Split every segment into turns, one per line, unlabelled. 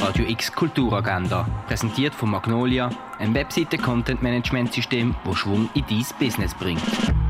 Radio X Kulturagenda, präsentiert von Magnolia, ein Webseite-Content-Management-System, wo Schwung in dein Business bringt.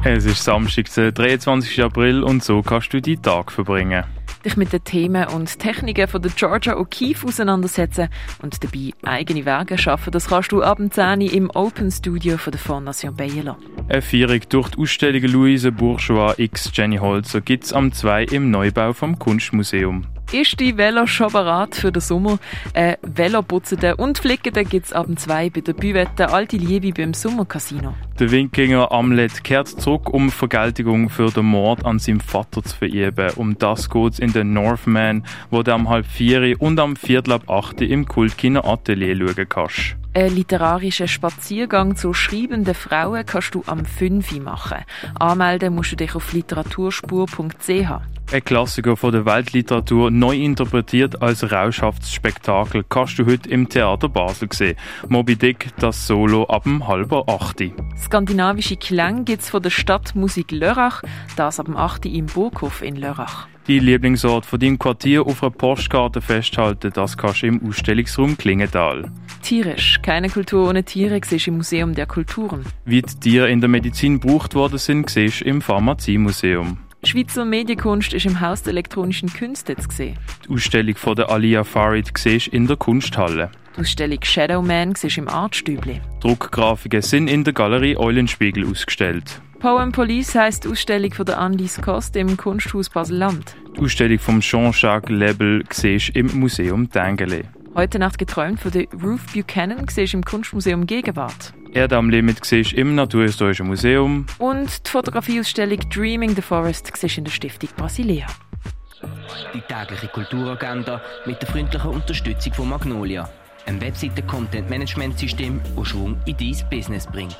Es ist Samstag, der 23. April und so kannst du deinen Tag verbringen.
Dich mit den Themen und Techniken von der Georgia O'Keeffe auseinandersetzen und dabei eigene Wege schaffen, das kannst du ab 10 Uhr im Open Studio von der Fondation Bayerland.
Eine Feierung durch die Ausstellung Luise Bourgeois x Jenny Holzer gibt es am 2 im Neubau vom Kunstmuseum.
Ist die Velo schon bereit für den Sommer? Äh, Veloputzende und Flickende gibt es ab 2 bei der Büwette Alte Liebe beim Sommercasino.
Der Winkinger Amlet kehrt zurück, um Vergeltung für den Mord an seinem Vater zu verüben. Um das geht in den Northman, wo du am halb vier und am viertel ab acht im Kultkino Atelier schauen kannst.
Einen literarischen Spaziergang zu schreibenden Frauen kannst du am 5 Uhr machen. Anmelden musst du dich auf literaturspur.ch.
Ein Klassiker von der Weltliteratur, neu interpretiert als Rauschhaftsspektakel, kannst du heute im Theater Basel sehen. Moby Dick, das Solo ab dem halber 8.
Skandinavische Klang gibt's von der Stadtmusik Lörrach, das ab dem 8. im Burghof in Lörrach.
Die Lieblingsort von deinem Quartier auf einer Postkarte festhalten, das kannst du im Ausstellungsraum Klingenthal.
Tierisch. Keine Kultur ohne Tiere siehst du im Museum der Kulturen.
Wie die Tiere in der Medizin gebraucht worden sind, siehst du im Pharmaziemuseum.
Schweizer Medienkunst ist im Haus der elektronischen Künste zu sehen.
Die Ausstellung von der Alia Farid siehst du in der Kunsthalle.
Die Ausstellung Shadow Man siehst du im Artstübli.
Druckgrafiken sind in der Galerie Eulenspiegel ausgestellt.
Poem Police heisst die Ausstellung von der Anlies Kost im Kunsthaus Basel-Land.
Die Ausstellung von Jean-Jacques Lebel siehst du im Museum Dengele.
Heute Nacht geträumt von der Ruth Buchanan siehst du im Kunstmuseum Gegenwart.
Erde am Limit siehst du im Naturhistorischen Museum.
Und die Fotografieausstellung Dreaming the Forest siehst du in der Stiftung Brasilia.
Die tägliche Kulturagenda mit der freundlichen Unterstützung von Magnolia, einem Webseiten-Content-Management-System, das Schwung in dein Business bringt.